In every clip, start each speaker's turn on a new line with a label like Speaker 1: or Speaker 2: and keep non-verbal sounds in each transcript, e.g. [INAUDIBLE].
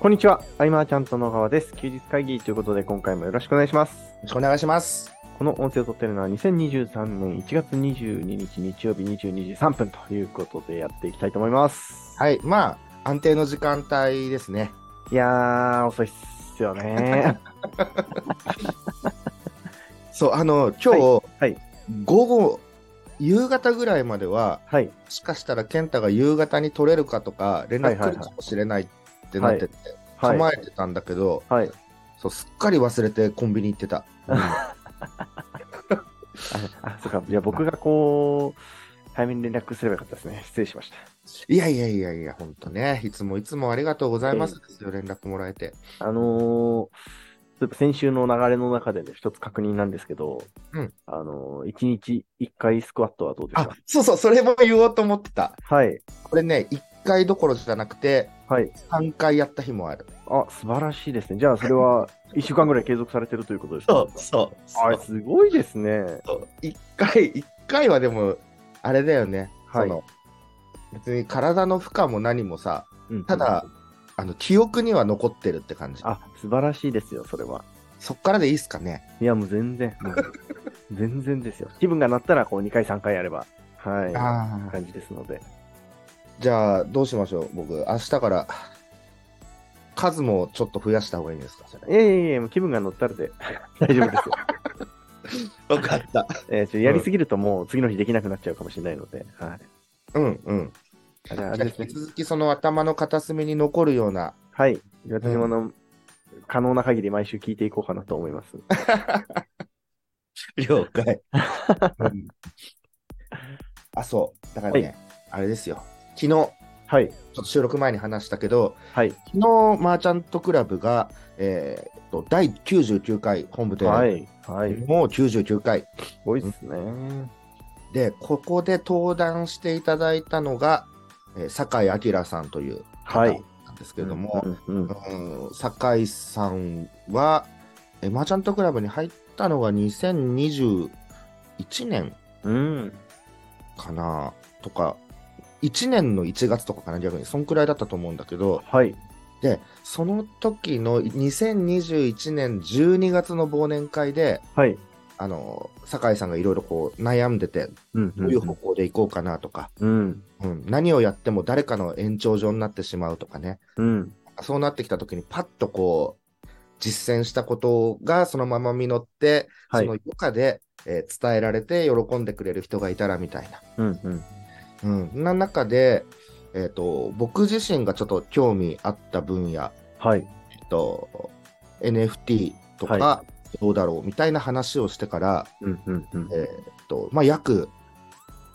Speaker 1: こんにちは、アイマーちゃんと野川です。休日会議ということで、今回もよろしくお願いします。
Speaker 2: よろしくお願いします。
Speaker 1: この音声を撮っているのは2023年1月22日日曜日22時3分ということでやっていきたいと思います。
Speaker 2: はい。まあ、安定の時間帯ですね。
Speaker 1: いやー、遅いっすよ
Speaker 2: [LAUGHS]
Speaker 1: ね。
Speaker 2: そう、あの、今日、
Speaker 1: はいはい
Speaker 2: 午後、夕方ぐらいまでは、
Speaker 1: はい。
Speaker 2: もしかしたら健太が夕方に取れるかとか、連絡来るかもしれないってなってて、
Speaker 1: はい。
Speaker 2: 構えてたんだけど、
Speaker 1: はい。
Speaker 2: そう、すっかり忘れてコンビニ行ってた。
Speaker 1: あ、あそうか。じゃあ僕がこう、早めに連絡すればよかったですね。失礼しました。
Speaker 2: いやいやいやいや、ほんとね。いつもいつもありがとうございますですよ、連絡もらえて。
Speaker 1: あのーそういえば先週の流れの中でね、一つ確認なんですけど、
Speaker 2: うん
Speaker 1: あのー、1日1回スクワットはどうです
Speaker 2: あ
Speaker 1: か、
Speaker 2: そうそう、それも言おうと思ってた。
Speaker 1: はい。
Speaker 2: これね、1回どころじゃなくて、
Speaker 1: はい。
Speaker 2: 3回やった日もある。
Speaker 1: あ、素晴らしいですね。じゃあ、それ
Speaker 2: [LAUGHS]
Speaker 1: は1週間ぐらい継続されてるということですか
Speaker 2: そうそうそう。
Speaker 1: あ、すごいですね。
Speaker 2: 一回、一回はでも、あれだよね。
Speaker 1: はい
Speaker 2: その別に体の負荷も何もさ、
Speaker 1: うん
Speaker 2: ただ、あの、記憶には残ってるって感じ。
Speaker 1: あ、素晴らしいですよ、それは。
Speaker 2: そっからでいいっすかね。
Speaker 1: いや、もう全然、
Speaker 2: [LAUGHS]
Speaker 1: もう全然ですよ。気分がなったら、こう、2回、3回やれば、は
Speaker 2: あ
Speaker 1: い、
Speaker 2: ー
Speaker 1: 感じですので。
Speaker 2: じゃあ、どうしましょう、僕。明日から、数もちょっと増やした方がいいんですか、そ
Speaker 1: い
Speaker 2: れ。
Speaker 1: やいやいや、もう気分が乗ったらで [LAUGHS] 大丈夫です
Speaker 2: [LAUGHS]
Speaker 1: よ。
Speaker 2: わかった。
Speaker 1: えーちょやりすぎると、もう次の日できなくなっちゃうかもしれないので、はい。
Speaker 2: うんうん。
Speaker 1: あじゃあ、あ
Speaker 2: じゃ
Speaker 1: れ
Speaker 2: あ
Speaker 1: です
Speaker 2: 引
Speaker 1: ね
Speaker 2: き。続きその頭の片隅に残るような。
Speaker 1: はい。私も、
Speaker 2: う
Speaker 1: あの、可能な限り毎週聞いていこうかなと思い
Speaker 2: [LAUGHS]
Speaker 1: ます。
Speaker 2: 了解。 [LAUGHS] うんあ、そう。だからね、
Speaker 1: は
Speaker 2: あれですよ。昨日、
Speaker 1: はい。
Speaker 2: ちょっと収録前に話したけど、
Speaker 1: はい。
Speaker 2: 昨日マーチャントクラブが、えーっと第99回本部で、
Speaker 1: はい。はい。
Speaker 2: もう99回
Speaker 1: すごいですね。
Speaker 2: で、ここで登壇していただいたのが、えー酒井明さんという方
Speaker 1: はい
Speaker 2: なんですけれども、
Speaker 1: うんうんうん
Speaker 2: うん酒井さんは、えーマーチャントクラブに入ったのが2021年
Speaker 1: うん。
Speaker 2: かなとか、1年の1月とかかな、逆に、そんくらいだったと思うんだけど、
Speaker 1: はい。
Speaker 2: で、その時の2021年12月の忘年会で、
Speaker 1: はい。
Speaker 2: あの、酒井さんがいろいろこう悩んでて、
Speaker 1: うん
Speaker 2: どういう方向で行こうかなとか、
Speaker 1: うん。
Speaker 2: うん、何をやっても誰かの延長上になってしまうとかね、
Speaker 1: うん。
Speaker 2: そうなってきた時にパッとこう、実践したことがそのまま実って、
Speaker 1: は
Speaker 2: そ
Speaker 1: い
Speaker 2: の。余暇で、えー伝えられて喜んでくれる人がいたらみたいな。
Speaker 1: うん。うん。
Speaker 2: うん、そんな中で、えっ、と、僕自身がちょっと興味あった分野、
Speaker 1: はい。
Speaker 2: えっと、NFT とか、
Speaker 1: は
Speaker 2: どうだろうみたいな話をしてから、
Speaker 1: うん。うん。うん
Speaker 2: え。っと、まあ、約、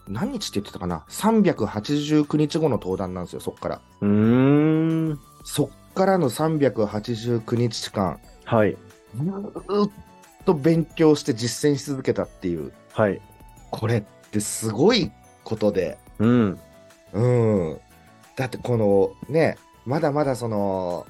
Speaker 2: 何日って言ってたかな ?389 日後の登壇なんですよ、そっから。
Speaker 1: うーん。
Speaker 2: そっからの389日間、
Speaker 1: はい。
Speaker 2: ずーっと勉強して実践し続けたっていう、
Speaker 1: はい。
Speaker 2: これってすごいことで、
Speaker 1: うん。
Speaker 2: うん。だってこのね、まだまだその、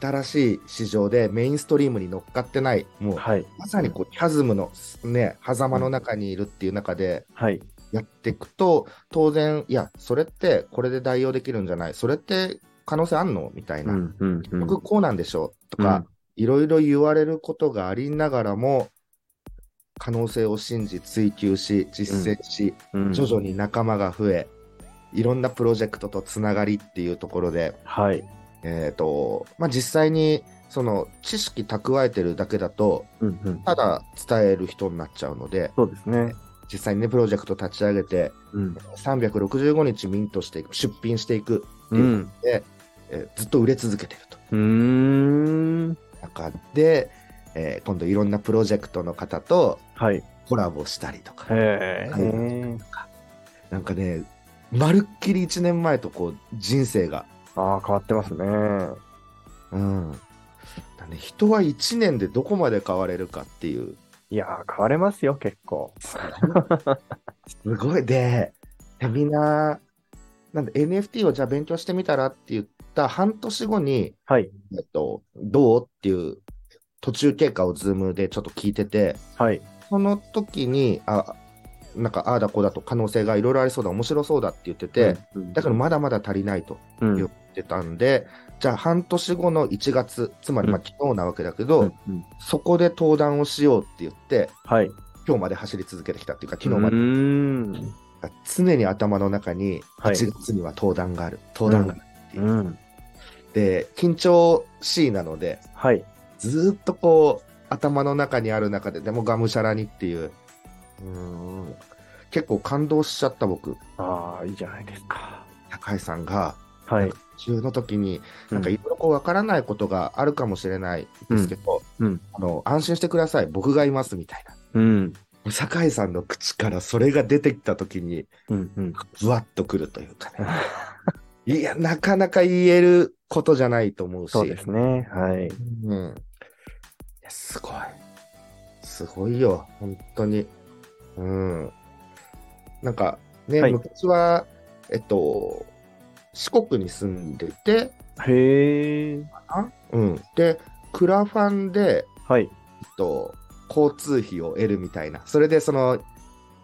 Speaker 2: 新しい市場でメインストリームに乗っかってない、もう
Speaker 1: はい。
Speaker 2: まさにこうキャズムのね、狭間の中にいるっていう中で
Speaker 1: はい。
Speaker 2: やっていくと、当然、いや、それってこれで代用できるんじゃない、それって可能性あんのみたいうな、
Speaker 1: ん。うん。うん
Speaker 2: 僕こうなんでしょうとか、、いろいろ言われることがありながらも、可能性を信じ、追求し、実践し、
Speaker 1: うんうん
Speaker 2: 徐々に仲間が増え、いろんなプロジェクトとつながりっていうところで、
Speaker 1: はい。
Speaker 2: えーとまあ、実際にその知識蓄えてるだけだと、
Speaker 1: うん。うん。
Speaker 2: ただ伝える人になっちゃうので、
Speaker 1: そうですね。
Speaker 2: 実際にね、プロジェクト立ち上げて、
Speaker 1: うん。
Speaker 2: 365日ミントしていく、出品していく、
Speaker 1: うん。
Speaker 2: えーずっと売れ続けてると。
Speaker 1: うーん。
Speaker 2: 中で、えー今度いろんなプロジェクトの方と
Speaker 1: はい。へ
Speaker 2: コラボしたりとか、
Speaker 1: え。
Speaker 2: はい
Speaker 1: へえ
Speaker 2: なんかね、まるっきり1年前とこう人生が、
Speaker 1: ああ、変わってますね。
Speaker 2: うん。だね、人は1年でどこまで変われるかっていう、
Speaker 1: いやー、変われますよ、結構。
Speaker 2: すごい。で、みんな、なんで NFT をじゃあ勉強してみたらって言った半年後に、
Speaker 1: はい。
Speaker 2: えっと、どうっていう途中経過をズームでちょっと聞いてて、
Speaker 1: はい。
Speaker 2: その時に、あ、なんかああだこうだと可能性がいろいろありそうだ、面白そうだって言ってて、
Speaker 1: うん
Speaker 2: だからまだまだ足りないと
Speaker 1: うん
Speaker 2: 言ってたんで、じゃあ半年後の1月、つまりまあ昨日なわけだけど、
Speaker 1: うんうん
Speaker 2: そこで登壇をしようって言って、
Speaker 1: はい。
Speaker 2: 今日まで走り続けてきたっていうか、昨日ま
Speaker 1: う
Speaker 2: で、
Speaker 1: ーん。
Speaker 2: 常に頭の中に、
Speaker 1: はい
Speaker 2: 8月には登壇がある、登壇があるっていう。
Speaker 1: うん。
Speaker 2: で、緊張しいなので、
Speaker 1: はい。
Speaker 2: ずーっとこう、頭の中にある中で、でもがむしゃらにっていう、うーん結構感動しちゃった僕、
Speaker 1: ああ、いいじゃないですか。
Speaker 2: 高井さんが、
Speaker 1: はい。
Speaker 2: 中の時に、なんかいろいろこう分からないことがあるかもしれないですけど、
Speaker 1: うんうん
Speaker 2: あの安心してください、僕がいますみたい
Speaker 1: うん。
Speaker 2: な。酒井さんの口からそれが出てきた時に、
Speaker 1: うん。うん。
Speaker 2: ぶわっとくるという
Speaker 1: [LAUGHS]
Speaker 2: かね。いや、なかなか言えることじゃないと思うし。
Speaker 1: そうですね。はい。
Speaker 2: うん。いやすごい。すごいよ、本当に。うん。なんか、ね、
Speaker 1: はい
Speaker 2: 昔は、えっと、四国に住んでて、
Speaker 1: へえ。
Speaker 2: うん。で、クラファンで、
Speaker 1: はい。
Speaker 2: えっと、交通費を得るみたいな。それで、その、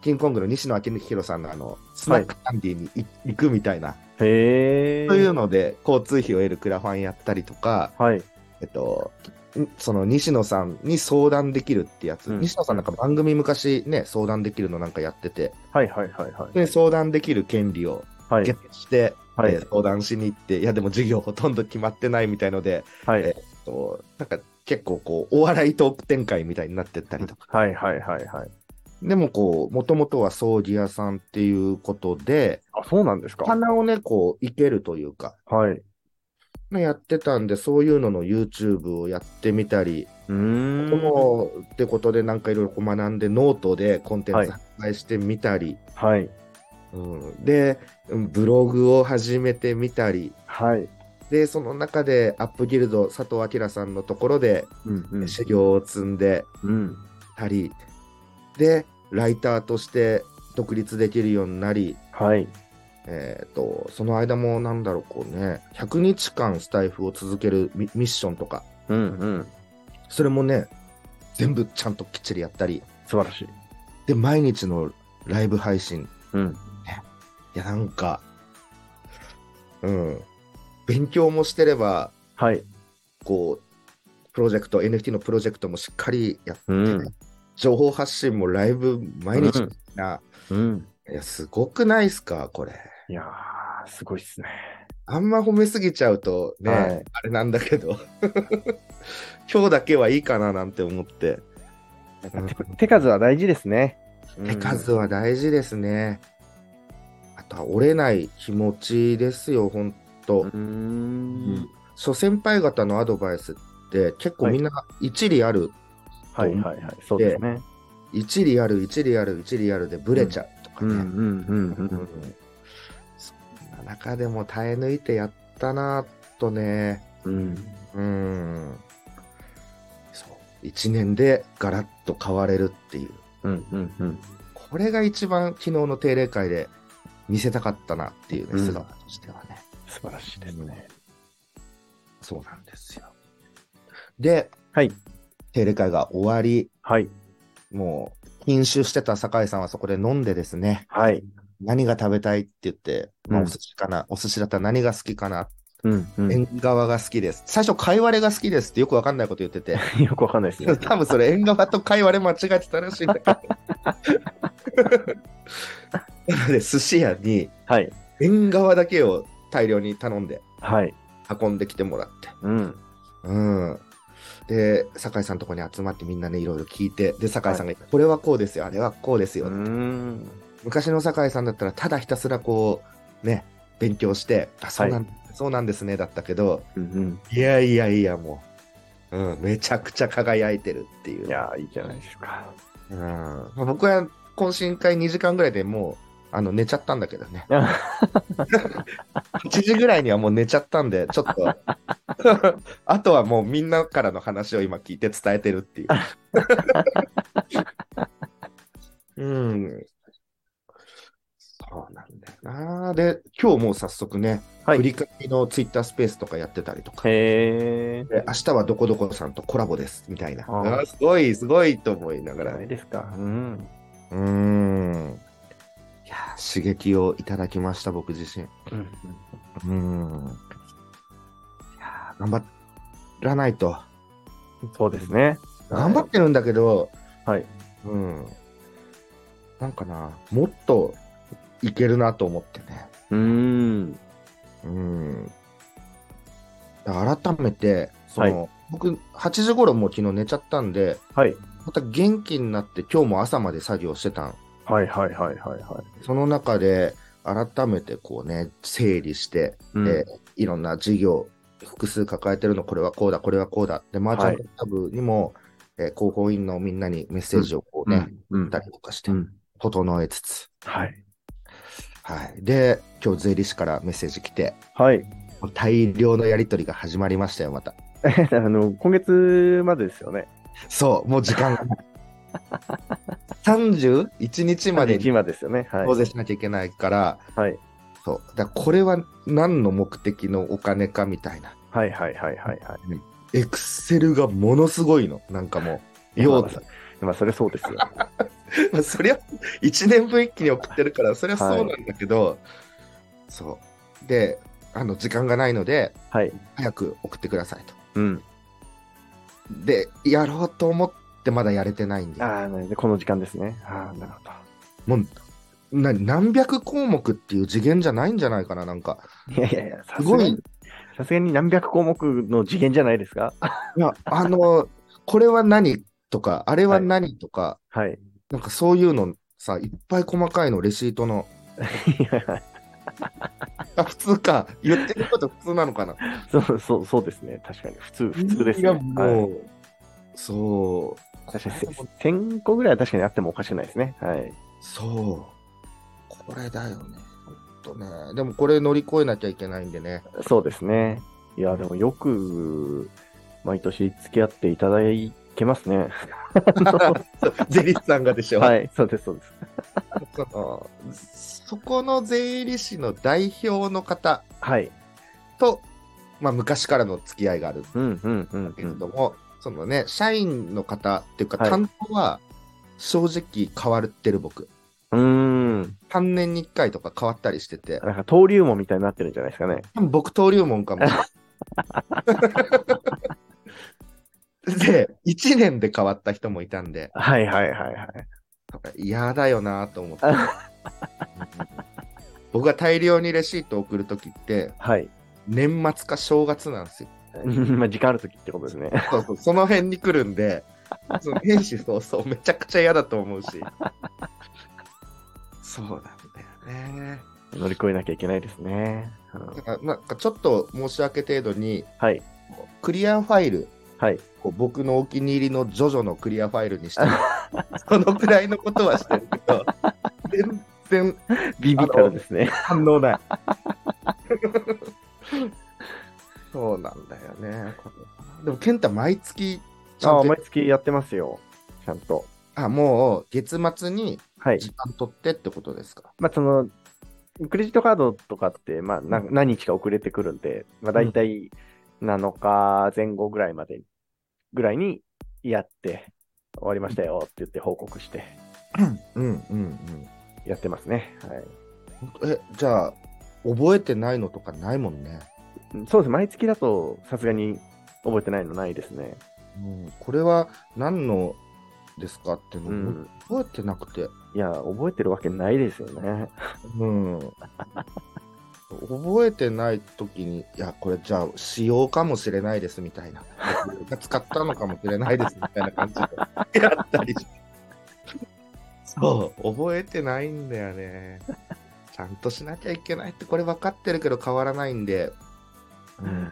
Speaker 2: キングコングの西野明宏さんのあの、スナックキャンディーにい行くみたいな。
Speaker 1: へえ。
Speaker 2: というので、交通費を得るクラファンやったりとか、
Speaker 1: はい。
Speaker 2: えっと、んその西野さんに相談できるってやつ、
Speaker 1: うん
Speaker 2: 西野さんなんか番組昔ね、相談できるのなんかやってて、
Speaker 1: はいはいはいは
Speaker 2: で相談できる権利を
Speaker 1: い。は
Speaker 2: ゲ
Speaker 1: い。
Speaker 2: ットして、
Speaker 1: はい
Speaker 2: えー相談しに行って、いやでも授業ほとんど決まってないみたいので、
Speaker 1: はい。
Speaker 2: えっとなんか結構こう、お笑いトーク展開みたいになってったりとか、
Speaker 1: はいはいはいはい。
Speaker 2: でもこう、もともとは葬儀屋さんっていうことで、
Speaker 1: あ、そうなんですか。
Speaker 2: 鼻をね、こう、いけるというか、
Speaker 1: はい。う
Speaker 2: ねやってたんで、そういうのの YouTube をやってみたり、
Speaker 1: ーん。
Speaker 2: このってことでなんかいろいろこう学んでノートでコンテン
Speaker 1: はい
Speaker 2: ツ発売してみたり、
Speaker 1: はい。
Speaker 2: うん、でうんブログを始めてみたり
Speaker 1: はい。
Speaker 2: でその中でアップギルド佐藤明さんのところで
Speaker 1: うんうん。
Speaker 2: 修行を積んで
Speaker 1: うん。
Speaker 2: たり、でライターとして独立できるようになり、
Speaker 1: はい。
Speaker 2: えー、とその間もなんだろうこうね100日間スタイフを続けるミミッションとか
Speaker 1: うんうん。
Speaker 2: それもね全部ちゃんときっちりやったり
Speaker 1: 素晴らしい。
Speaker 2: で毎日のライブ配信
Speaker 1: うん。
Speaker 2: いや、なんか、うん。勉強もしてれば、
Speaker 1: はい。
Speaker 2: こう、プロジェクト、NFT のプロジェクトもしっかりやって、
Speaker 1: うん。
Speaker 2: 情報発信もライブ毎日な、
Speaker 1: うん。
Speaker 2: いや、すごくないですか、これ。
Speaker 1: いやー、すごいっすね。
Speaker 2: あんま褒めすぎちゃうとね、
Speaker 1: はい
Speaker 2: あれなんだけど。 [LAUGHS] 今日だけはいいかななんて思って。
Speaker 1: なんか手手数は大事ですね。
Speaker 2: 手数は大事ですね。あとは折れない気持ちですよ、ほんと。
Speaker 1: うん。うーん。
Speaker 2: 諸先輩方のアドバイスって結構みんな一理ある、
Speaker 1: はいはいはい。そうですね。
Speaker 2: 一理ある一理ある一理あるでブレちゃうとか
Speaker 1: うん
Speaker 2: ね、
Speaker 1: うんう
Speaker 2: うん
Speaker 1: んうん。
Speaker 2: そんな中でも耐え抜いてやったなとね
Speaker 1: うん。
Speaker 2: うんそう1年でガラッと変われるっていう
Speaker 1: うんうんうん。
Speaker 2: これが一番昨日の定例会で見せたかったなっていうね
Speaker 1: うん
Speaker 2: 姿としてはね、
Speaker 1: 素晴らしいですね。
Speaker 2: そうなんですよで
Speaker 1: はい。
Speaker 2: 定例会が終わり
Speaker 1: はい。
Speaker 2: もう、禁酒してた酒井さんはそこで飲んでですね、
Speaker 1: はい。
Speaker 2: 何が食べたいって言って、まあ、
Speaker 1: う
Speaker 2: お
Speaker 1: ん
Speaker 2: 寿司かな、お寿司だったら何が好きかな、
Speaker 1: うんうん。
Speaker 2: 縁側が好きです。最初、貝割れが好きですってよくわかんないこと言ってて、 [LAUGHS]
Speaker 1: よくわかんないですね。
Speaker 2: 多分それ縁側と貝割れ間違えてたらしいんだけど。 [LAUGHS] なので、寿司屋に
Speaker 1: [LAUGHS] はい。
Speaker 2: 縁側だけを大量に頼んで、
Speaker 1: はい。
Speaker 2: 運んできてもらって。
Speaker 1: うん。
Speaker 2: うん。で、酒井さんのとこに集まってみんなね、いろいろ聞いて、で、酒井さんが、これはこうですよ、あれはこうですよ、
Speaker 1: ん。
Speaker 2: 昔の酒井さんだったらただひたすらこうね勉強してあそうなん、そうなんですねだったけど
Speaker 1: うん
Speaker 2: いやいやいやもう、うん、めちゃくちゃ輝いてるっていう
Speaker 1: いやー、いいじゃないですか。
Speaker 2: うんまあ僕は懇親会2時間ぐらいでもうあの寝ちゃったんだけどね1時ぐらいにはもう寝ちゃったんでちょっと [LAUGHS] あとはもうみんなからの話を今聞いて伝えてる
Speaker 1: [LAUGHS]
Speaker 2: っていううんそうなんだよなで今日もう早速ね、
Speaker 1: はい
Speaker 2: 振り返りのツイッタースペースとかやってたりと
Speaker 1: [LAUGHS]
Speaker 2: か
Speaker 1: へえ。
Speaker 2: で明日はどこどこさんとコラボですみたいな
Speaker 1: あー
Speaker 2: あーすごいすごいと思いな
Speaker 1: じ
Speaker 2: が
Speaker 1: ゃ
Speaker 2: ら
Speaker 1: ないですか。うん。
Speaker 2: うーん。いやー、刺激をいただきました、僕自身。
Speaker 1: うん
Speaker 2: うーん。いやー頑張らないと。
Speaker 1: そうですね。
Speaker 2: 頑張ってるんだけど、
Speaker 1: はい。
Speaker 2: うん。なんかな、もっといけるなと思ってね。
Speaker 1: うーん。
Speaker 2: うん。改めて、その、僕、8時頃もう昨日寝ちゃったんで、
Speaker 1: はい。
Speaker 2: また元気になって今日も朝まで作業してたん。
Speaker 1: はいはいはいはいはい。
Speaker 2: その中で、改めてこうね、整理して、
Speaker 1: うん
Speaker 2: で、いろんな事業、複数抱えてるの、これはこうだ、これはこうだ。で、マーチャントタブにも、えー広報委員のみんなにメッセージをこうね、
Speaker 1: うん
Speaker 2: 打ったりとかして
Speaker 1: う、ん。
Speaker 2: 整えつつ、
Speaker 1: はい。
Speaker 2: はい。で、今日税理士からメッセージ来て、
Speaker 1: はい。 [LAUGHS]
Speaker 2: 大量のやり取りが始まりましたよ、また。
Speaker 1: あの、今月までですよね。
Speaker 2: そう、もう時間が
Speaker 1: [LAUGHS]
Speaker 2: ない。31日までに
Speaker 1: 今ですよね。はい。
Speaker 2: 納税しなきゃいけないから、
Speaker 1: はい。
Speaker 2: そう。だからこれは何の目的のお金かみたいな。
Speaker 1: はいはいはいはいはい。
Speaker 2: エクセルがものすごいの。なんかもう、
Speaker 1: ま
Speaker 2: 用
Speaker 1: あ
Speaker 2: 途
Speaker 1: まあまあ、それそうです [LAUGHS] よ。
Speaker 2: まあ、そりゃ、1年分一気に送ってるから、そりゃそうなんだけど、そう。で、あの、時間がないので、
Speaker 1: はい。
Speaker 2: 早く送ってくださいと。
Speaker 1: うん。
Speaker 2: で、やろうと思ってまだやれてないんで
Speaker 1: あ、あ、なのでこの時間ですね。ああ、なるほど。
Speaker 2: もう、な何百項目っていう次元じゃないんじゃないかな、なんか。
Speaker 1: い [LAUGHS] やいやいや、さ
Speaker 2: す
Speaker 1: す
Speaker 2: ご
Speaker 1: が
Speaker 2: い
Speaker 1: に、さすがに何百項目の次元じゃないですか。
Speaker 2: いや、あの、これは何とか、あれは何とか、
Speaker 1: はい。
Speaker 2: なんかそういうのさ、いっぱい細かいの、レシートの。
Speaker 1: いや
Speaker 2: あ、普通か。言ってること普通なのかな。
Speaker 1: [LAUGHS] そうそう、そうですね。確かに。普通、普通です、
Speaker 2: い
Speaker 1: ね。
Speaker 2: や
Speaker 1: はい
Speaker 2: もう、そう。
Speaker 1: 確かにせ1000個ぐらいは確かにあってもおかしくないですね。はい。
Speaker 2: そう。これだよね。ほんとね。でもこれ乗り越えなきゃいけないん
Speaker 1: [LAUGHS]
Speaker 2: でね。
Speaker 1: そうですね。いや、でもよく、毎年付き合っていただけますね。
Speaker 2: 税理士さんがでしょ。
Speaker 1: はい、そうです、そうです。
Speaker 2: そのそこの税理士の代表の方
Speaker 1: はい。
Speaker 2: と、まあ、昔からの付き合いがあるんだ
Speaker 1: うん、うん、うん
Speaker 2: け
Speaker 1: う
Speaker 2: れ
Speaker 1: ん。
Speaker 2: ども、そのね、社員の方っていうか、
Speaker 1: はい
Speaker 2: 担当は正直変わってる僕。
Speaker 1: うーん。
Speaker 2: 3年に1回とか変わったりしてて、
Speaker 1: なんか登竜門みたいになってるんじゃないですかね。
Speaker 2: 多分僕登竜門かも。
Speaker 1: [LAUGHS]
Speaker 2: で、1年で変わった人もいたんで、
Speaker 1: はい、はい、はい、はい。
Speaker 2: 嫌だよなと思って。僕が大量にレシートを送るときって、
Speaker 1: はい。 [LAUGHS]
Speaker 2: 年末か正月なんですよ。
Speaker 1: まあ、時間あるときってことですね。 [LAUGHS]
Speaker 2: そうそう、その辺に来るんで、その年始早々めちゃくちゃ嫌だと思うし。そうなんだよね。
Speaker 1: 乗り越えなきゃいけないですね。うん
Speaker 2: だからなんかちょっと申し訳程度に、
Speaker 1: はい、
Speaker 2: クリアファイル、
Speaker 1: はい。
Speaker 2: こう僕のお気に入りのジョジョのクリアファイルにして、そのくらいのことはしてるけ [LAUGHS] ど、全然
Speaker 1: ビビったるですね。
Speaker 2: 反応ない。 [LAUGHS] そうなんだよね。これでも、健太、毎月ちゃ
Speaker 1: ああ、
Speaker 2: んと
Speaker 1: 毎月やってますよ。ちゃんと。
Speaker 2: あもう月末に
Speaker 1: はい。
Speaker 2: 時間取ってってことですか。
Speaker 1: まあ、その、クレジットカードとかって、まあ、な何日か遅れてくるんで、まあ、大体7日前後ぐらいまで、ぐらいにやって、終わりましたよって言って報告して、
Speaker 2: うんうん
Speaker 1: やってますね。はい。
Speaker 2: うん。え、じゃあ、覚えてないのとかないもんね。
Speaker 1: そうです。毎月だと、さすがに覚えてないのないですね。
Speaker 2: うん、これは何のですかっていう
Speaker 1: う
Speaker 2: のも
Speaker 1: ん。
Speaker 2: 覚えてなくて。
Speaker 1: いや、覚えてるわけないですよね。
Speaker 2: うん。覚えてない時に、いや、これじゃあ、使用かもしれないですみたいな。使ったのかもしれないですみたいな感じでやったりしてそう、覚えてないんだよね。ちゃんとしなきゃいけないって、これ分かってるけど変わらないんで、うん、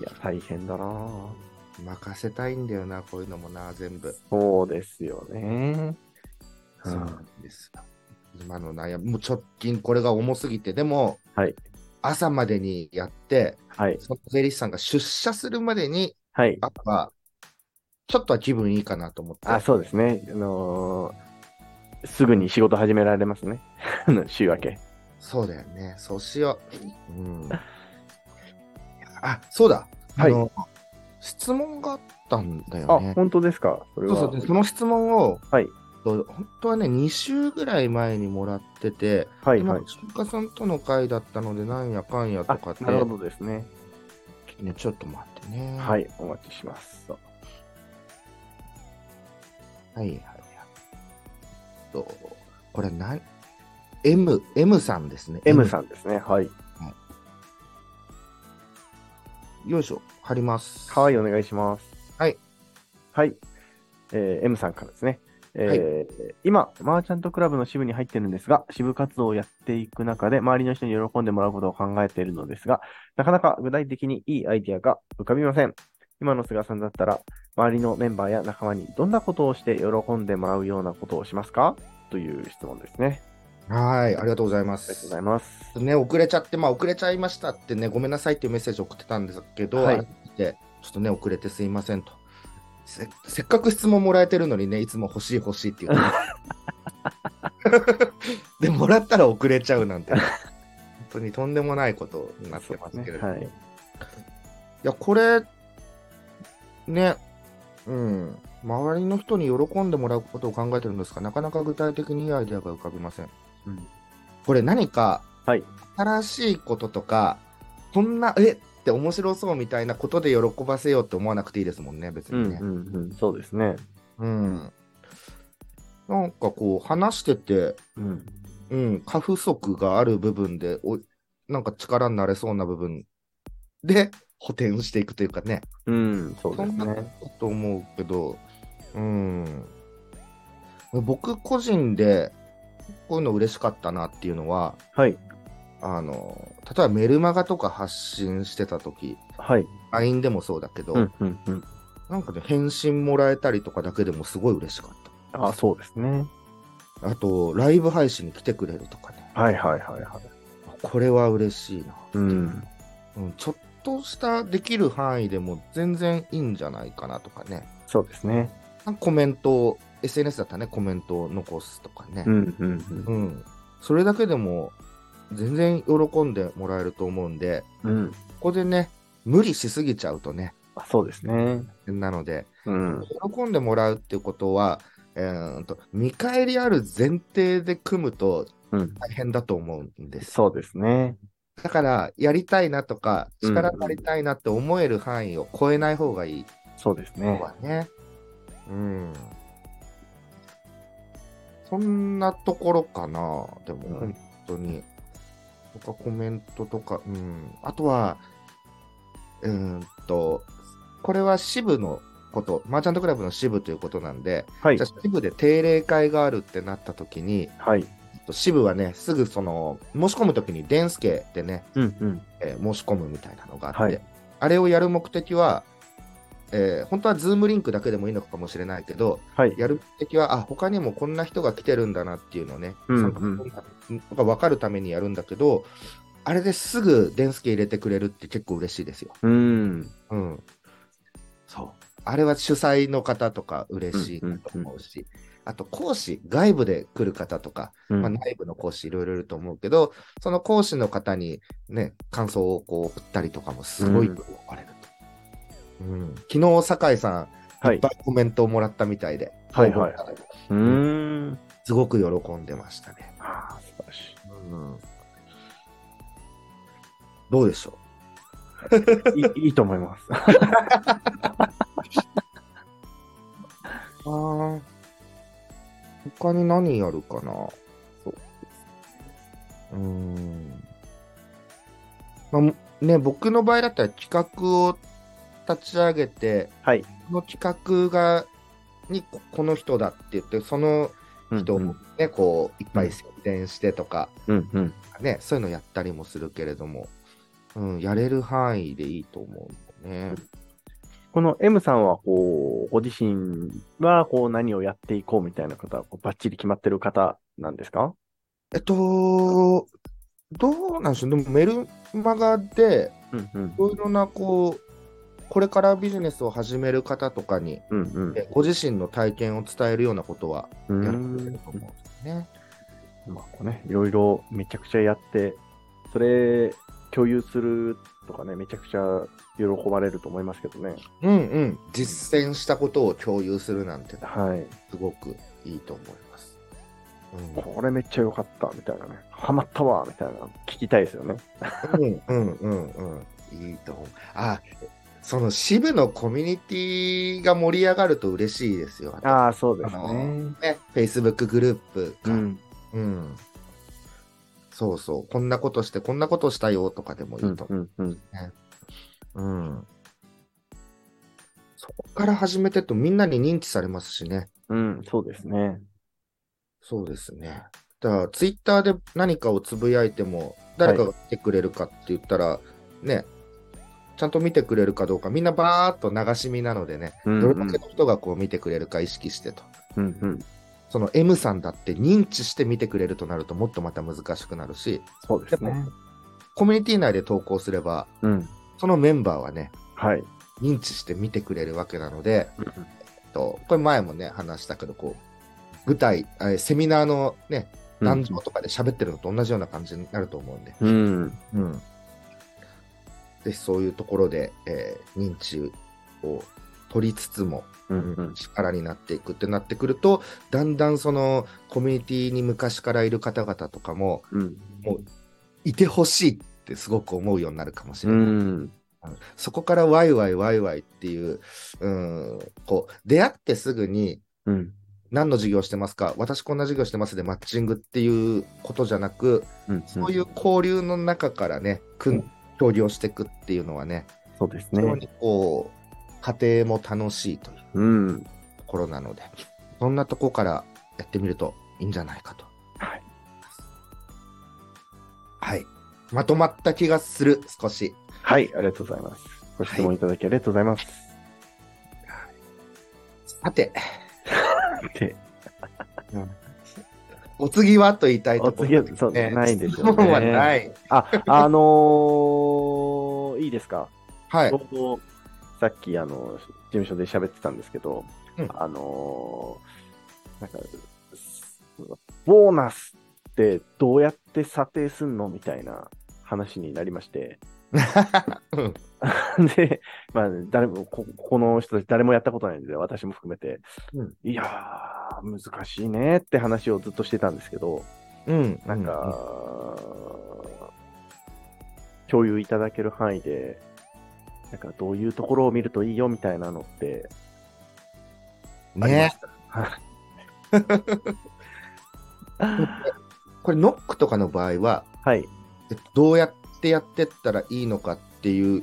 Speaker 1: いや、大変だなぁ
Speaker 2: 任せたいんだよな、こういうのもな、全部。
Speaker 1: そうですよね。うん
Speaker 2: そうなんですよ。今の悩み、もう直近これが重すぎて、でも、
Speaker 1: はい
Speaker 2: 朝までにやって、
Speaker 1: はい。
Speaker 2: その税理士さんが出社するまでに、
Speaker 1: はい。
Speaker 2: あとは、ちょっとは気分いいかなと思って。
Speaker 1: あ、そうですね。あのーすぐに仕事始められますね。 [LAUGHS] あの週明け。
Speaker 2: そうだよね。そうしよう。
Speaker 1: [LAUGHS]
Speaker 2: うん。あ、そうだ。あの、質問があったんだ
Speaker 1: あ
Speaker 2: よね、。
Speaker 1: 本当ですか。それ
Speaker 2: そう
Speaker 1: は。
Speaker 2: そうで。その質問を、
Speaker 1: はい
Speaker 2: と、本当はね、2週ぐらい前にもらってて、
Speaker 1: はい
Speaker 2: 今
Speaker 1: はい。
Speaker 2: 中華さんとの会だったので、なんやかんやと
Speaker 1: あ
Speaker 2: かって、
Speaker 1: なるほどですね。
Speaker 2: ね、ちょっと待ってね。。
Speaker 1: はいい、お待ちします。そう
Speaker 2: はいはいはい。と、これなん、M、M さんですね。
Speaker 1: M さんですね。はい。
Speaker 2: ん。よいしょ、貼ります。
Speaker 1: はい、お願いします。
Speaker 2: はい。
Speaker 1: はい。えー M さんからですね。えー今、マーチャントクラブの支部に入ってるんですが、支部活動をやっていく中で、周りの人に喜んでもらうことを考えているのですが、なかなか具体的にいいアイディアが浮かびません。今の菅さんだったら、周りのメンバーや仲間にどんなことをして喜んでもらうようなことをしますかという質問ですね。
Speaker 2: はい、ありがとうございま
Speaker 1: ありがとうご
Speaker 2: す
Speaker 1: ざい。ます。
Speaker 2: ね、遅れちゃって、まあ、遅れちゃいましたってね、ごめんなさいっていうメッセージ送ってたんですけど、
Speaker 1: はい
Speaker 2: 改めてちょっとね、遅れてすいませんと。せせっかく質問もらえてるのにね、いつも欲しい欲しい
Speaker 1: [LAUGHS]
Speaker 2: って言ってますで、もらったら遅れちゃうなんて、本当にとんでもないことになってますけれども。
Speaker 1: そうですねはい
Speaker 2: い、や、これ、ね、うん、周りの人に喜んでもらうことを考えてるんですが、なかなか具体的にいいアイデアが浮かびません。
Speaker 1: うん
Speaker 2: これ何か、
Speaker 1: はい
Speaker 2: 新しいこととかこんなえって面白そうみたいなことで喜ばせようって思わなくていいですもんね別
Speaker 1: う
Speaker 2: に
Speaker 1: ん
Speaker 2: ね
Speaker 1: う。んうん、そうですね。
Speaker 2: うんなんかこう話してて、
Speaker 1: うん。
Speaker 2: うん、過不足がある部分でおなんか力になれそうな部分で補填していくというかね
Speaker 1: うん、そうです
Speaker 2: んなこ
Speaker 1: ね。
Speaker 2: とだと思うけど、うん、僕個人でこういうの嬉しかったなっていうのは
Speaker 1: はい。
Speaker 2: あの例えばメルマガとか発信してた時
Speaker 1: はい。
Speaker 2: LINE でもそうだけど、
Speaker 1: うんうんうん。
Speaker 2: なんかね、返信もらえたりとかだけでもすごい嬉しかっ
Speaker 1: あ、そうですね。
Speaker 2: た。あと、ライブ配信に来てくれるとかね。
Speaker 1: はいはいはいはい。
Speaker 2: これは嬉しいな。
Speaker 1: うん。
Speaker 2: うん、ちょっとしたできる範囲でも全然いいんじゃないかなとかね。
Speaker 1: そうですね。
Speaker 2: なんかコメントを、SNS だったらね、コメントを残すとかね。
Speaker 1: うんうんうん。
Speaker 2: うん。それだけでも全然喜んでもらえると思うんで、
Speaker 1: うん。
Speaker 2: ここでね、無理しすぎちゃうとね。
Speaker 1: あそうですね。
Speaker 2: なので、
Speaker 1: うん。
Speaker 2: 喜んでもらうっていうことは、えー、と見返りある前提で組むと
Speaker 1: うん。
Speaker 2: 大変だと思うんです。
Speaker 1: そうですね。
Speaker 2: だから、やりたいなとか、
Speaker 1: うん
Speaker 2: 力になりたいなって思える範囲を超えない方がいい
Speaker 1: そうですね。
Speaker 2: わね。うん。そんなところかな、でも、
Speaker 1: うん
Speaker 2: 本当に。とか、コメントとか、うん。あとは、うーんと、これは支部のこと、マーチャントクラブの支部ということなんで、
Speaker 1: はい
Speaker 2: じゃ。あ支部で定例会があるってなった時に、
Speaker 1: はい。
Speaker 2: 支部はね、すぐその、申し込む時に、デンスケでね、
Speaker 1: うんうん。
Speaker 2: えー申し込むみたいなのがあって、
Speaker 1: はい
Speaker 2: あれをやる目的は、えー本当はズームリンクだけでもいいのかもしれないけど、
Speaker 1: はい。
Speaker 2: やる目的は、あ、他にもこんな人が来てるんだなっていうのをね、
Speaker 1: うん
Speaker 2: 参加が分かるためにやるんだけど、あれですぐデンスケ入れてくれるって結構嬉しいですよ。
Speaker 1: うん。
Speaker 2: うん。そう。あれは主催の方とか嬉しいなと思うし、あと講師、外部で来る方とか、
Speaker 1: うん
Speaker 2: まあ、内部の講師いろいろいると思うけど、その講師の方にね、感想をこう送ったりとかもすごい
Speaker 1: うん
Speaker 2: 喜ばれると。うん昨日、酒井さん、
Speaker 1: はいい
Speaker 2: っぱ。いコメントをもらったみたいで、
Speaker 1: はいはい
Speaker 2: 応募したら
Speaker 1: うーん。
Speaker 2: すごく喜んでましたね。
Speaker 1: ああ、素晴らし
Speaker 2: どうでしょ
Speaker 1: い。いいいいと思います。 [LAUGHS]
Speaker 2: うあ他に何やるかな
Speaker 1: そう
Speaker 2: うーん。まあも、ね、僕の場合だったら企画を立ち上げて、
Speaker 1: はい。
Speaker 2: この企画が、にここの人だって言って、その
Speaker 1: うん
Speaker 2: 人をね、こう、いっぱい宣伝してとか、
Speaker 1: うんうん。
Speaker 2: ね、そういうのやったりもするけれども、うん、やれる範囲でいいと思うんだよね。
Speaker 1: この M さんは、こう、ご自身は、こう、何をやっていこうみたいな方は、こうバッチリ決まってる方なんですか
Speaker 2: えっと、どうなんでしょう、でもメルマガで、
Speaker 1: うんうん
Speaker 2: い。ろいろな、こう、これからビジネスを始める方とかに、
Speaker 1: うんうん。
Speaker 2: えご自身の体験を伝えるようなことは
Speaker 1: うー
Speaker 2: やる
Speaker 1: ん
Speaker 2: と思うんですね。
Speaker 1: まあこうね、いろいろめちゃくちゃやって、それ共有するとかね、めちゃくちゃ喜ばれると思いますけどね。
Speaker 2: うんうん。実践したことを共有するなんて、
Speaker 1: はい。
Speaker 2: すごくいいと思います。うん
Speaker 1: これめっちゃ良かった、みたいなね。ハマったわ、みたいな。聞きたいですよね。
Speaker 2: うんうんうんうん。いいと思う。あ、その支部のコミュニティが盛り上がると嬉しいですよ。
Speaker 1: ああ、そうです
Speaker 2: あの
Speaker 1: ね。
Speaker 2: ね、Facebook グループ
Speaker 1: う
Speaker 2: が。うん。
Speaker 1: ん。
Speaker 2: そうそう。こんなことして、こんなことしたよとかでもいいと思
Speaker 1: うんうん。
Speaker 2: う。うん。そこから始めてとみんなに認知されますしね。
Speaker 1: うん、そうですね。
Speaker 2: そうですね。だから、ツイッターで何かをつぶやいても、誰かが見てくれるかって言ったら、ね、ちゃんと見てくれるかどうか、みんなバーっと流し見なのでね、
Speaker 1: うん
Speaker 2: ど
Speaker 1: う
Speaker 2: れ
Speaker 1: ん
Speaker 2: だけの人がこう見てくれるか意識してと。
Speaker 1: うんうん。
Speaker 2: その M さんだって認知して見てくれるとなるともっとまた難しくなるし、
Speaker 1: そうですね。
Speaker 2: コミュニティ内で投稿すれば、
Speaker 1: うん。
Speaker 2: そのメンバーはね、
Speaker 1: はい。
Speaker 2: 認知して見てくれるわけなので、えっとこれ前もね、話したけど、こう、舞台、えーセミナーのね、男女とかで喋ってるのと同じような感じになると思うんで、
Speaker 1: うん。
Speaker 2: うんぜひそういうところで、えー認知を取りつつも、
Speaker 1: うんうん。
Speaker 2: 力になっていくってなってくると、だんだんそのコミュニティに昔からいる方々とかも、
Speaker 1: うん。
Speaker 2: いてほしいってすごく思うようになるかもし
Speaker 1: う
Speaker 2: れない。
Speaker 1: ん。
Speaker 2: そこからワイワイワイワイっていう、うん、こう、出会ってすぐに、
Speaker 1: うん。
Speaker 2: 何の授業してますか私こんな授業してますでマッチングっていうことじゃなく、
Speaker 1: うん。
Speaker 2: そういう交流の中からね、く
Speaker 1: うん
Speaker 2: ん交流をしていくっていうのはね、
Speaker 1: そうです
Speaker 2: 非
Speaker 1: ね
Speaker 2: 常。にこう、家庭も楽しいという
Speaker 1: うん。
Speaker 2: ところなので、そんなとこからやってみるといいんじゃないかと。
Speaker 1: はい。
Speaker 2: はい。まとまった気がする、少し。
Speaker 1: はい、ありがとうございます。ご質問いただきありがとうございます。
Speaker 2: さて、
Speaker 1: で、
Speaker 2: お次はと言いたいと
Speaker 1: お
Speaker 2: ころ
Speaker 1: 次は、そう、
Speaker 2: ね
Speaker 1: ないです
Speaker 2: 質
Speaker 1: よ
Speaker 2: 問は
Speaker 1: ね。い。
Speaker 2: ない。
Speaker 1: あ、あのー、いいですか
Speaker 2: はい
Speaker 1: ち。ょうど、さっき、あの、事務所で喋ってたんですけど、
Speaker 2: うん
Speaker 1: あのー、なんか、ボーナスってどうやって査定すんのみたいな話になりまして、
Speaker 2: うん
Speaker 1: [LAUGHS] で、まあ、誰も、こここの人たち誰もやったことないんで、私も含めて、
Speaker 2: うん
Speaker 1: いやー、難しいねって話をずっとしてたんですけど、
Speaker 2: [LAUGHS] うん。
Speaker 1: なんか、共有いただける範囲で、なんかどういうところを見るといいよみたいなのって
Speaker 2: うん、
Speaker 1: ありま
Speaker 2: ね
Speaker 1: し。た。
Speaker 2: [LAUGHS] これ、ノックとかの場合は、
Speaker 1: はい。
Speaker 2: えっとどうやってやってったらいいのかっていう、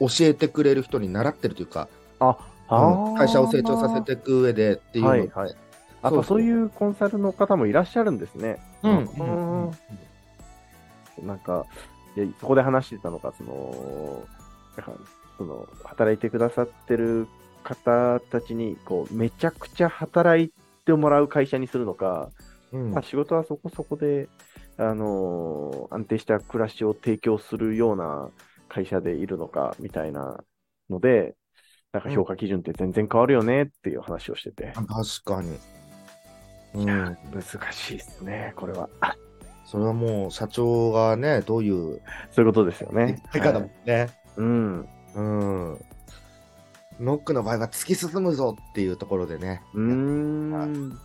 Speaker 2: 教えてくれる人に習ってるというか、
Speaker 1: あ、
Speaker 2: うん会社を成長させていく上でっていうの
Speaker 1: は
Speaker 2: で
Speaker 1: いはい。あと、
Speaker 2: そ
Speaker 1: そう
Speaker 2: そう
Speaker 1: ういうコンサルの方もいらっしゃるんですね。
Speaker 2: うん
Speaker 1: うんなんか、でここで話してたのが、その、なんかその働いてくださってる方たちに、こう、めちゃくちゃ働いてもらう会社にするのか、
Speaker 2: うん
Speaker 1: まあ、仕事はそこそこで、あのー安定した暮らしを提供するような会社でいるのか、みたいなので、なんか評価基準って全然変わるよねっていう話をしてて。
Speaker 2: 確かに。う
Speaker 1: いや
Speaker 2: ん、
Speaker 1: 難しいですね、これは。
Speaker 2: それはもう社長がね、どういう
Speaker 1: そういうことですよね。
Speaker 2: 手かだもんね。
Speaker 1: うん。
Speaker 2: うん。ノックの場合は突き進むぞっていうところでね。
Speaker 1: うーん。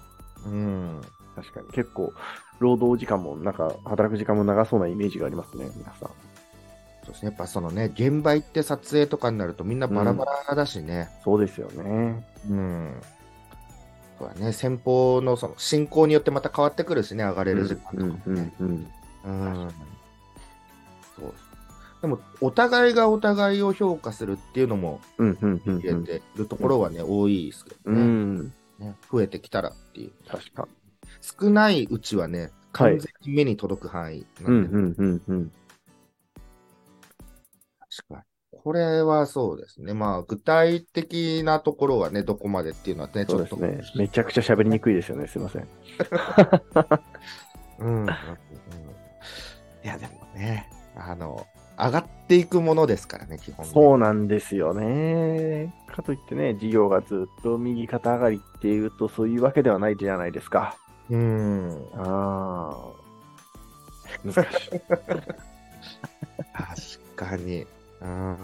Speaker 2: うん。
Speaker 1: 確かに。結構、労働時間も、なんか、働く時間も長そうなイメージがありますね、皆さん。
Speaker 2: そうですね。やっぱそのね、現場行って撮影とかになるとみんなバラバラだしね。
Speaker 1: そうですよね。
Speaker 2: うん。そうだね。先方のその進行によってまた変わってくるしね、上がれる時間とか
Speaker 1: う
Speaker 2: も
Speaker 1: ん
Speaker 2: ね。
Speaker 1: うんうん。
Speaker 2: うんそうでも、お互いがお互いを評価するっていうのも
Speaker 1: うんうんうんう
Speaker 2: 入れ
Speaker 1: ん。
Speaker 2: てるところはね、多いですけど
Speaker 1: う
Speaker 2: ね,、
Speaker 1: ん。
Speaker 2: ね。増えてきたらっていう。
Speaker 1: 確か。
Speaker 2: 少ないうちはね、
Speaker 1: はい
Speaker 2: 完全に目に届く範囲な
Speaker 1: うん
Speaker 2: ん
Speaker 1: うんう
Speaker 2: で、
Speaker 1: んうん。
Speaker 2: 確かに。これはそうですね。まあ、具体的なところはね、どこまでっていうのはね、ち
Speaker 1: そう
Speaker 2: ょっ
Speaker 1: です
Speaker 2: と。
Speaker 1: ね。めちゃくちゃ喋りにくいですよね。すいません。
Speaker 2: うん。うんいや、でもね、あの、上がっていくものですからね、基本ね
Speaker 1: そうなんですよね。かといってね、事業がずっと右肩上がりっていうと、そういうわけではないじゃないですか。
Speaker 2: うん。
Speaker 1: ああ。難しい。
Speaker 2: 確かに。うん。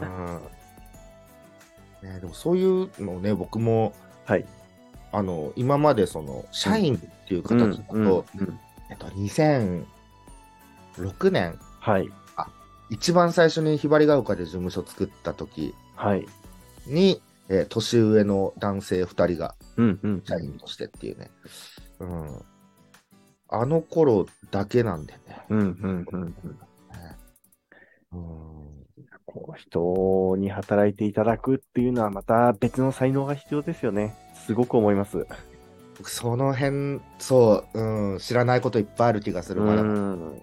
Speaker 2: ね、でもそういうのをね、僕も、
Speaker 1: はい。
Speaker 2: あの今までその社員っていう形だと、
Speaker 1: うんうん
Speaker 2: えっと、2006年、
Speaker 1: はい。
Speaker 2: 一番最初にひばりが丘で事務所作った時
Speaker 1: はい。
Speaker 2: に、えー年上の男性2人が
Speaker 1: うんうん。
Speaker 2: 社員としてっていうね、うん、あの頃だけなんでね、
Speaker 1: うんうんうんうん。
Speaker 2: うん、
Speaker 1: こう人に働いていただくっていうのはまた別の才能が必要ですよね。すごく思います。
Speaker 2: 僕その辺そう、うん、知らないこといっぱいある気がするから、
Speaker 1: うん
Speaker 2: うん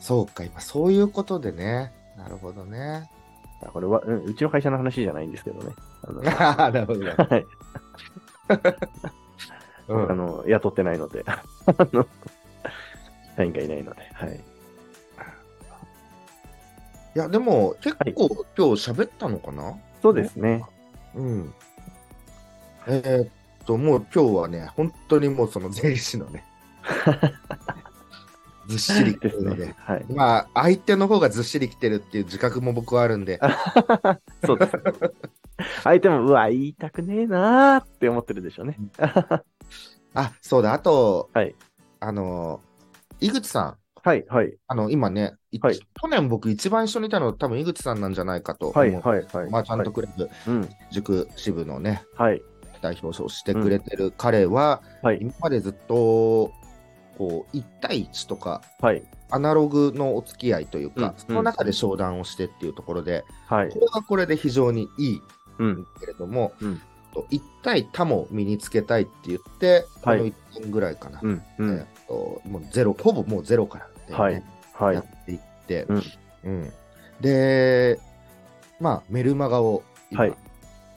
Speaker 2: そうか、今、そういうことでね。なるほどね。 [LAUGHS]
Speaker 1: これは、うん、うちの会社の話じゃないんですけどね。あ [LAUGHS] の
Speaker 2: なるほど。
Speaker 1: はい、
Speaker 2: うん
Speaker 1: あの雇ってないので、 [LAUGHS] あの社員がいないので、はい、
Speaker 2: いや、でも、結構、今日喋ったのかな
Speaker 1: そうですね。
Speaker 2: うん。えーっと、もう今日はね、本当にもうその税理士の
Speaker 1: [LAUGHS]
Speaker 2: ね、ずっしり来て
Speaker 1: で
Speaker 2: る
Speaker 1: す
Speaker 2: の
Speaker 1: ね
Speaker 2: で、。
Speaker 1: はい、
Speaker 2: まあ、相手の方がずっしり来てるっていう自覚も僕はあるんで、
Speaker 1: そうです。相手も、うわ、言いたくねえなーって思ってるでしょうね。
Speaker 2: あ、そうだ、あと、
Speaker 1: はい
Speaker 2: あの、井口さん、
Speaker 1: はい、はい、
Speaker 2: あの、今ね、い
Speaker 1: はい
Speaker 2: 去年僕一番一緒にいたの多分井口さんなんじゃないかと思う。
Speaker 1: はい、はい、はい。
Speaker 2: まあ、ちゃんとクラブ、
Speaker 1: うん、
Speaker 2: 塾支部のね、
Speaker 1: はい、
Speaker 2: 代表をしてくれてる彼は、
Speaker 1: はい、
Speaker 2: 今までずっと、こう、1対1とか、
Speaker 1: はい、
Speaker 2: アナログのお付き合いというか、
Speaker 1: うん
Speaker 2: その中で商談をしてっていうところで、
Speaker 1: はい
Speaker 2: こ、れはこれで非常にいい
Speaker 1: うん、
Speaker 2: けれども、
Speaker 1: うん
Speaker 2: と一対多も身につけたいって言って、
Speaker 1: はい
Speaker 2: この1年ぐらいかな、
Speaker 1: うん、う
Speaker 2: えっ
Speaker 1: ん、
Speaker 2: ともうゼロ、ほぼもうゼロからっていうね、
Speaker 1: はいはい
Speaker 2: や、っていって、
Speaker 1: うん
Speaker 2: うんで、まあ、メルマガを今、
Speaker 1: はい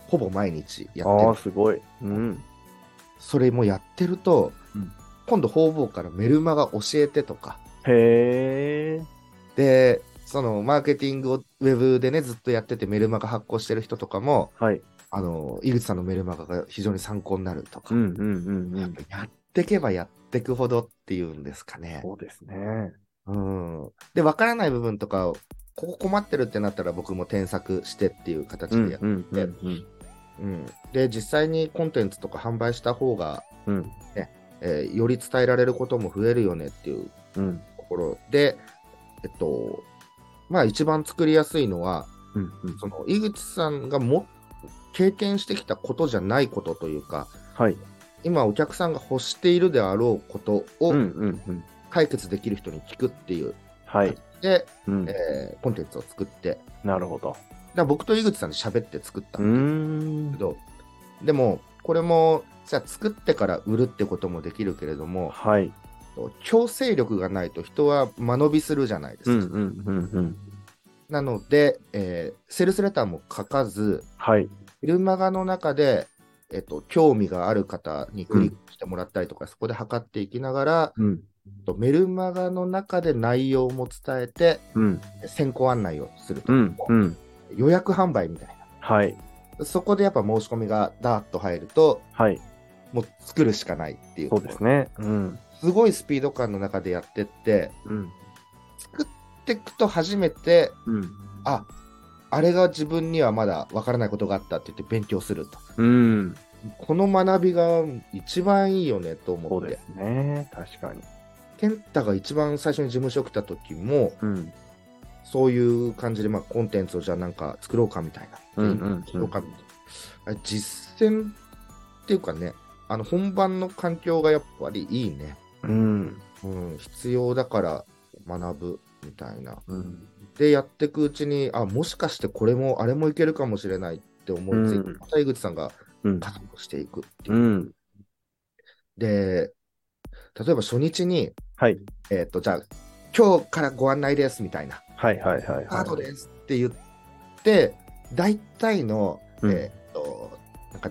Speaker 2: ほぼ毎日やって
Speaker 1: あ
Speaker 2: る
Speaker 1: あ、すごい。うん、
Speaker 2: それもやってると、
Speaker 1: うん
Speaker 2: 今度方々からメルマガ教えてとか
Speaker 1: へえ、
Speaker 2: でそのマーケティングをウェブでねずっとやっててメルマガ発行してる人とかも
Speaker 1: はい、
Speaker 2: あの井口さんのメルマガが非常に参考になるとか、
Speaker 1: うん、うん、うん、う
Speaker 2: やっ
Speaker 1: ん。
Speaker 2: ぱやってけばやってくほどっていうんですかね。
Speaker 1: そうですね。
Speaker 2: うん、で分からない部分とかをここ困ってるってなったら僕も添削してっていう形
Speaker 1: うん、
Speaker 2: でや
Speaker 1: うん、うん、
Speaker 2: うん、で実際にコンテンツとか販売した方が、
Speaker 1: うん、
Speaker 2: えーより伝えられることも増えるよねっていう
Speaker 1: うん、
Speaker 2: ところでえっとまあ一番作りやすいのは
Speaker 1: うん、
Speaker 2: その井口さんがも経験してきたことじゃないことというか
Speaker 1: はい、
Speaker 2: 今お客さんが欲しているであろうこと
Speaker 1: うん、う
Speaker 2: を
Speaker 1: ん、うん、
Speaker 2: 解決できる人に聞くっていう
Speaker 1: はい、
Speaker 2: で、
Speaker 1: うん、
Speaker 2: えーコンテンツを作ってだか
Speaker 1: なるほど。
Speaker 2: ら僕と井口さんで喋って作った
Speaker 1: うー
Speaker 2: んだけ
Speaker 1: ん、
Speaker 2: ど、でもこれもじゃあ作ってから売るってこともできるけれども
Speaker 1: はい、
Speaker 2: 強制力がないと人は間延びするじゃないですか。
Speaker 1: うん、うん、うん、うん、
Speaker 2: なので、えーセールスレターも書かず、
Speaker 1: はい、
Speaker 2: フィルマガの中で、えっと、興味がある方にクリックしてもらったりとか、そこで測っていきながら、
Speaker 1: うん、
Speaker 2: えっとメルマガの中で内容も伝えて、
Speaker 1: うん、
Speaker 2: 先行案内をすると、
Speaker 1: うん、うん、
Speaker 2: 予約販売みたい
Speaker 1: はい、
Speaker 2: な。そこでやっぱ申し込みがダーッと入ると、
Speaker 1: はい、
Speaker 2: もう作るしかないっていう
Speaker 1: そうですね。うん、
Speaker 2: すごいスピード感の中でやってって、
Speaker 1: うん、
Speaker 2: 作っていくと初めて、
Speaker 1: うん、
Speaker 2: ああれが自分にはまだ分からないことがあったって言って勉強すると。
Speaker 1: うん、
Speaker 2: この学びが一番いいよねと思
Speaker 1: そ
Speaker 2: っ
Speaker 1: う
Speaker 2: て
Speaker 1: で。すね。確かに。
Speaker 2: 健太が一番最初に事務所来た時も
Speaker 1: うん、
Speaker 2: そういう感じで、まあ、コンテンツをじゃあなんか作ろうかみたいな、
Speaker 1: うんうんうん
Speaker 2: 作ろうかみたいなあれ実践っていうかねあの本番の環境がやっぱりいいね、
Speaker 1: うん、
Speaker 2: うん、必要だから学ぶみたいな
Speaker 1: うん、
Speaker 2: でやっていくうちにあもしかしてこれもあれもいけるかもしれないって思いついて、
Speaker 1: うん
Speaker 2: また井口さんが
Speaker 1: うん
Speaker 2: 加速していくっていう
Speaker 1: うん、
Speaker 2: で、例えば初日に、
Speaker 1: はい、
Speaker 2: えっ、と、じゃあ、今日からご案内ですみたいな、
Speaker 1: はい、はい、はい、
Speaker 2: カード
Speaker 1: は
Speaker 2: ですって言って、大体の、
Speaker 1: うん
Speaker 2: えっ、と、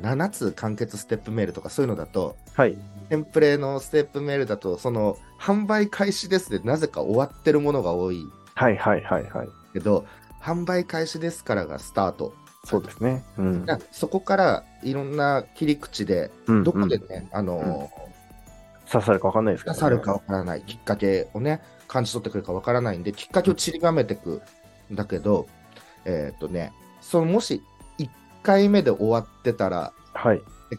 Speaker 2: なんか7つ完結ステップメールとかそういうのだと、
Speaker 1: い、はい、
Speaker 2: テンプレのステップメールだと、その、販売開始ですで、なぜか終わってるものが多い
Speaker 1: はい、はい、はい、はい、
Speaker 2: けど、販売開始ですからがスタート。
Speaker 1: そうですね。うん、
Speaker 2: だからそこからいろんな切り口で、
Speaker 1: うん
Speaker 2: どこで
Speaker 1: うん
Speaker 2: ね、あのー
Speaker 1: 刺さるかわかんないですけど
Speaker 2: 刺
Speaker 1: ね
Speaker 2: さるかわからない、きっかけをね、感じ取ってくるかわからないんで、きっかけを散りばめてくんだけど、えーっとね、そのもし1回目で終わってたら、
Speaker 1: はい。
Speaker 2: で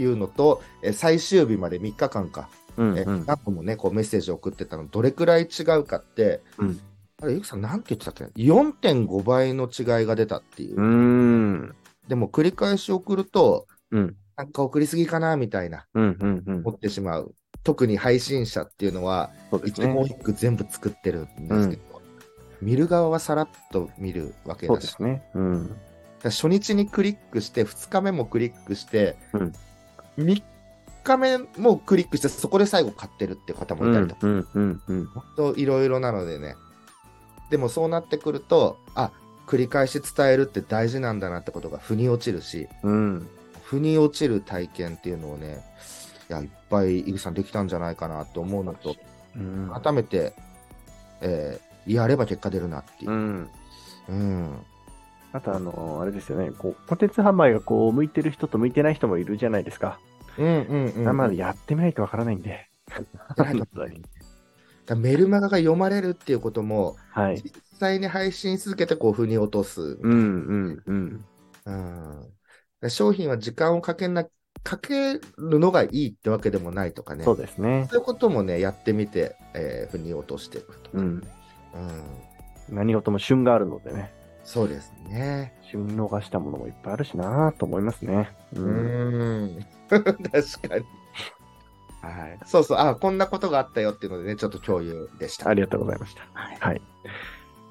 Speaker 2: いうのと、えー最終日まで3日間か、
Speaker 1: うん
Speaker 2: え
Speaker 1: うん
Speaker 2: ー、何個もね、こうメッセージを送ってたの、どれくらい違うかって、
Speaker 1: うん
Speaker 2: あれ、ゆきさん、なんて言ってたっけ ?4.5 倍の違いが出たっていう。
Speaker 1: うーん。
Speaker 2: でも、繰り返し送ると、
Speaker 1: うん
Speaker 2: なんか送りすぎかな、みたいな、
Speaker 1: うんうんうん
Speaker 2: 思。ってしまう。特に配信者っていうのは、
Speaker 1: そうです
Speaker 2: 一言
Speaker 1: ね。
Speaker 2: 一句全部作ってるんですけど、見る側はさらっと見るわけ
Speaker 1: そう
Speaker 2: だ
Speaker 1: で
Speaker 2: し、
Speaker 1: すね。うん。
Speaker 2: だから初日にクリックして、2日目もクリックして、
Speaker 1: うん
Speaker 2: 3日目もクリックして、そこで最後買ってるっていう方
Speaker 1: う
Speaker 2: もいたり
Speaker 1: ん
Speaker 2: とか、
Speaker 1: うんうんうん。
Speaker 2: 本当いろいろなのでね。でもそうなってくると、あ繰り返し伝えるって大事なんだなってことが腑に落ちるし、
Speaker 1: うん。
Speaker 2: 腑に落ちる体験っていうのをね、いや、いっぱい井口さんできたんじゃないかなと思うのと、
Speaker 1: うん
Speaker 2: 改めて、えーやれば結果出るなっていうう。
Speaker 1: ん。
Speaker 2: うん。
Speaker 1: あと、あの、あれですよね。こう、コテンツ販売がこう、向いてる人と向いてない人もいるじゃないですか。
Speaker 2: うんうんうん。
Speaker 1: 生でやってみないとわからないんで。
Speaker 2: や
Speaker 1: [LAUGHS]
Speaker 2: らないと
Speaker 1: 本当に
Speaker 2: だからメルマガが読まれるっていうことも、
Speaker 1: はい。
Speaker 2: 実際に配信し続けてこう、腑に落とす。
Speaker 1: うんうんうん。
Speaker 2: うんだから商品は時間をかけな、かけるのがいいってわけでもないとかね。
Speaker 1: そうですね。
Speaker 2: そういうこともね、やってみて、えー、腑に落としていくと。
Speaker 1: うん。
Speaker 2: うん
Speaker 1: 何事も旬があるのでね。
Speaker 2: そうですね。
Speaker 1: 旬逃したものもいっぱいあるしなぁと思いますね。う。
Speaker 2: うんん。 [LAUGHS] 確かに。はい。そうそう。あ、こんなことがあったよっていうのでね、ちょっと共有でした。
Speaker 1: ありがとうございました。
Speaker 2: はい
Speaker 1: はい。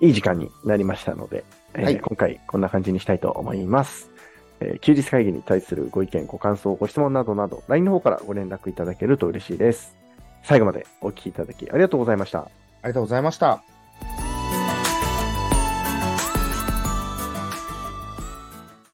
Speaker 1: いい時間になりましたので、えー
Speaker 2: はい
Speaker 1: 今回こんな感じにしたいと思います。えー休日会議に対するご意見、ご感想、ご質問などなど、LINE の方からご連絡いただけると嬉しいです。最後までお聞きいただきありがとうございました。
Speaker 2: ありがとうございました。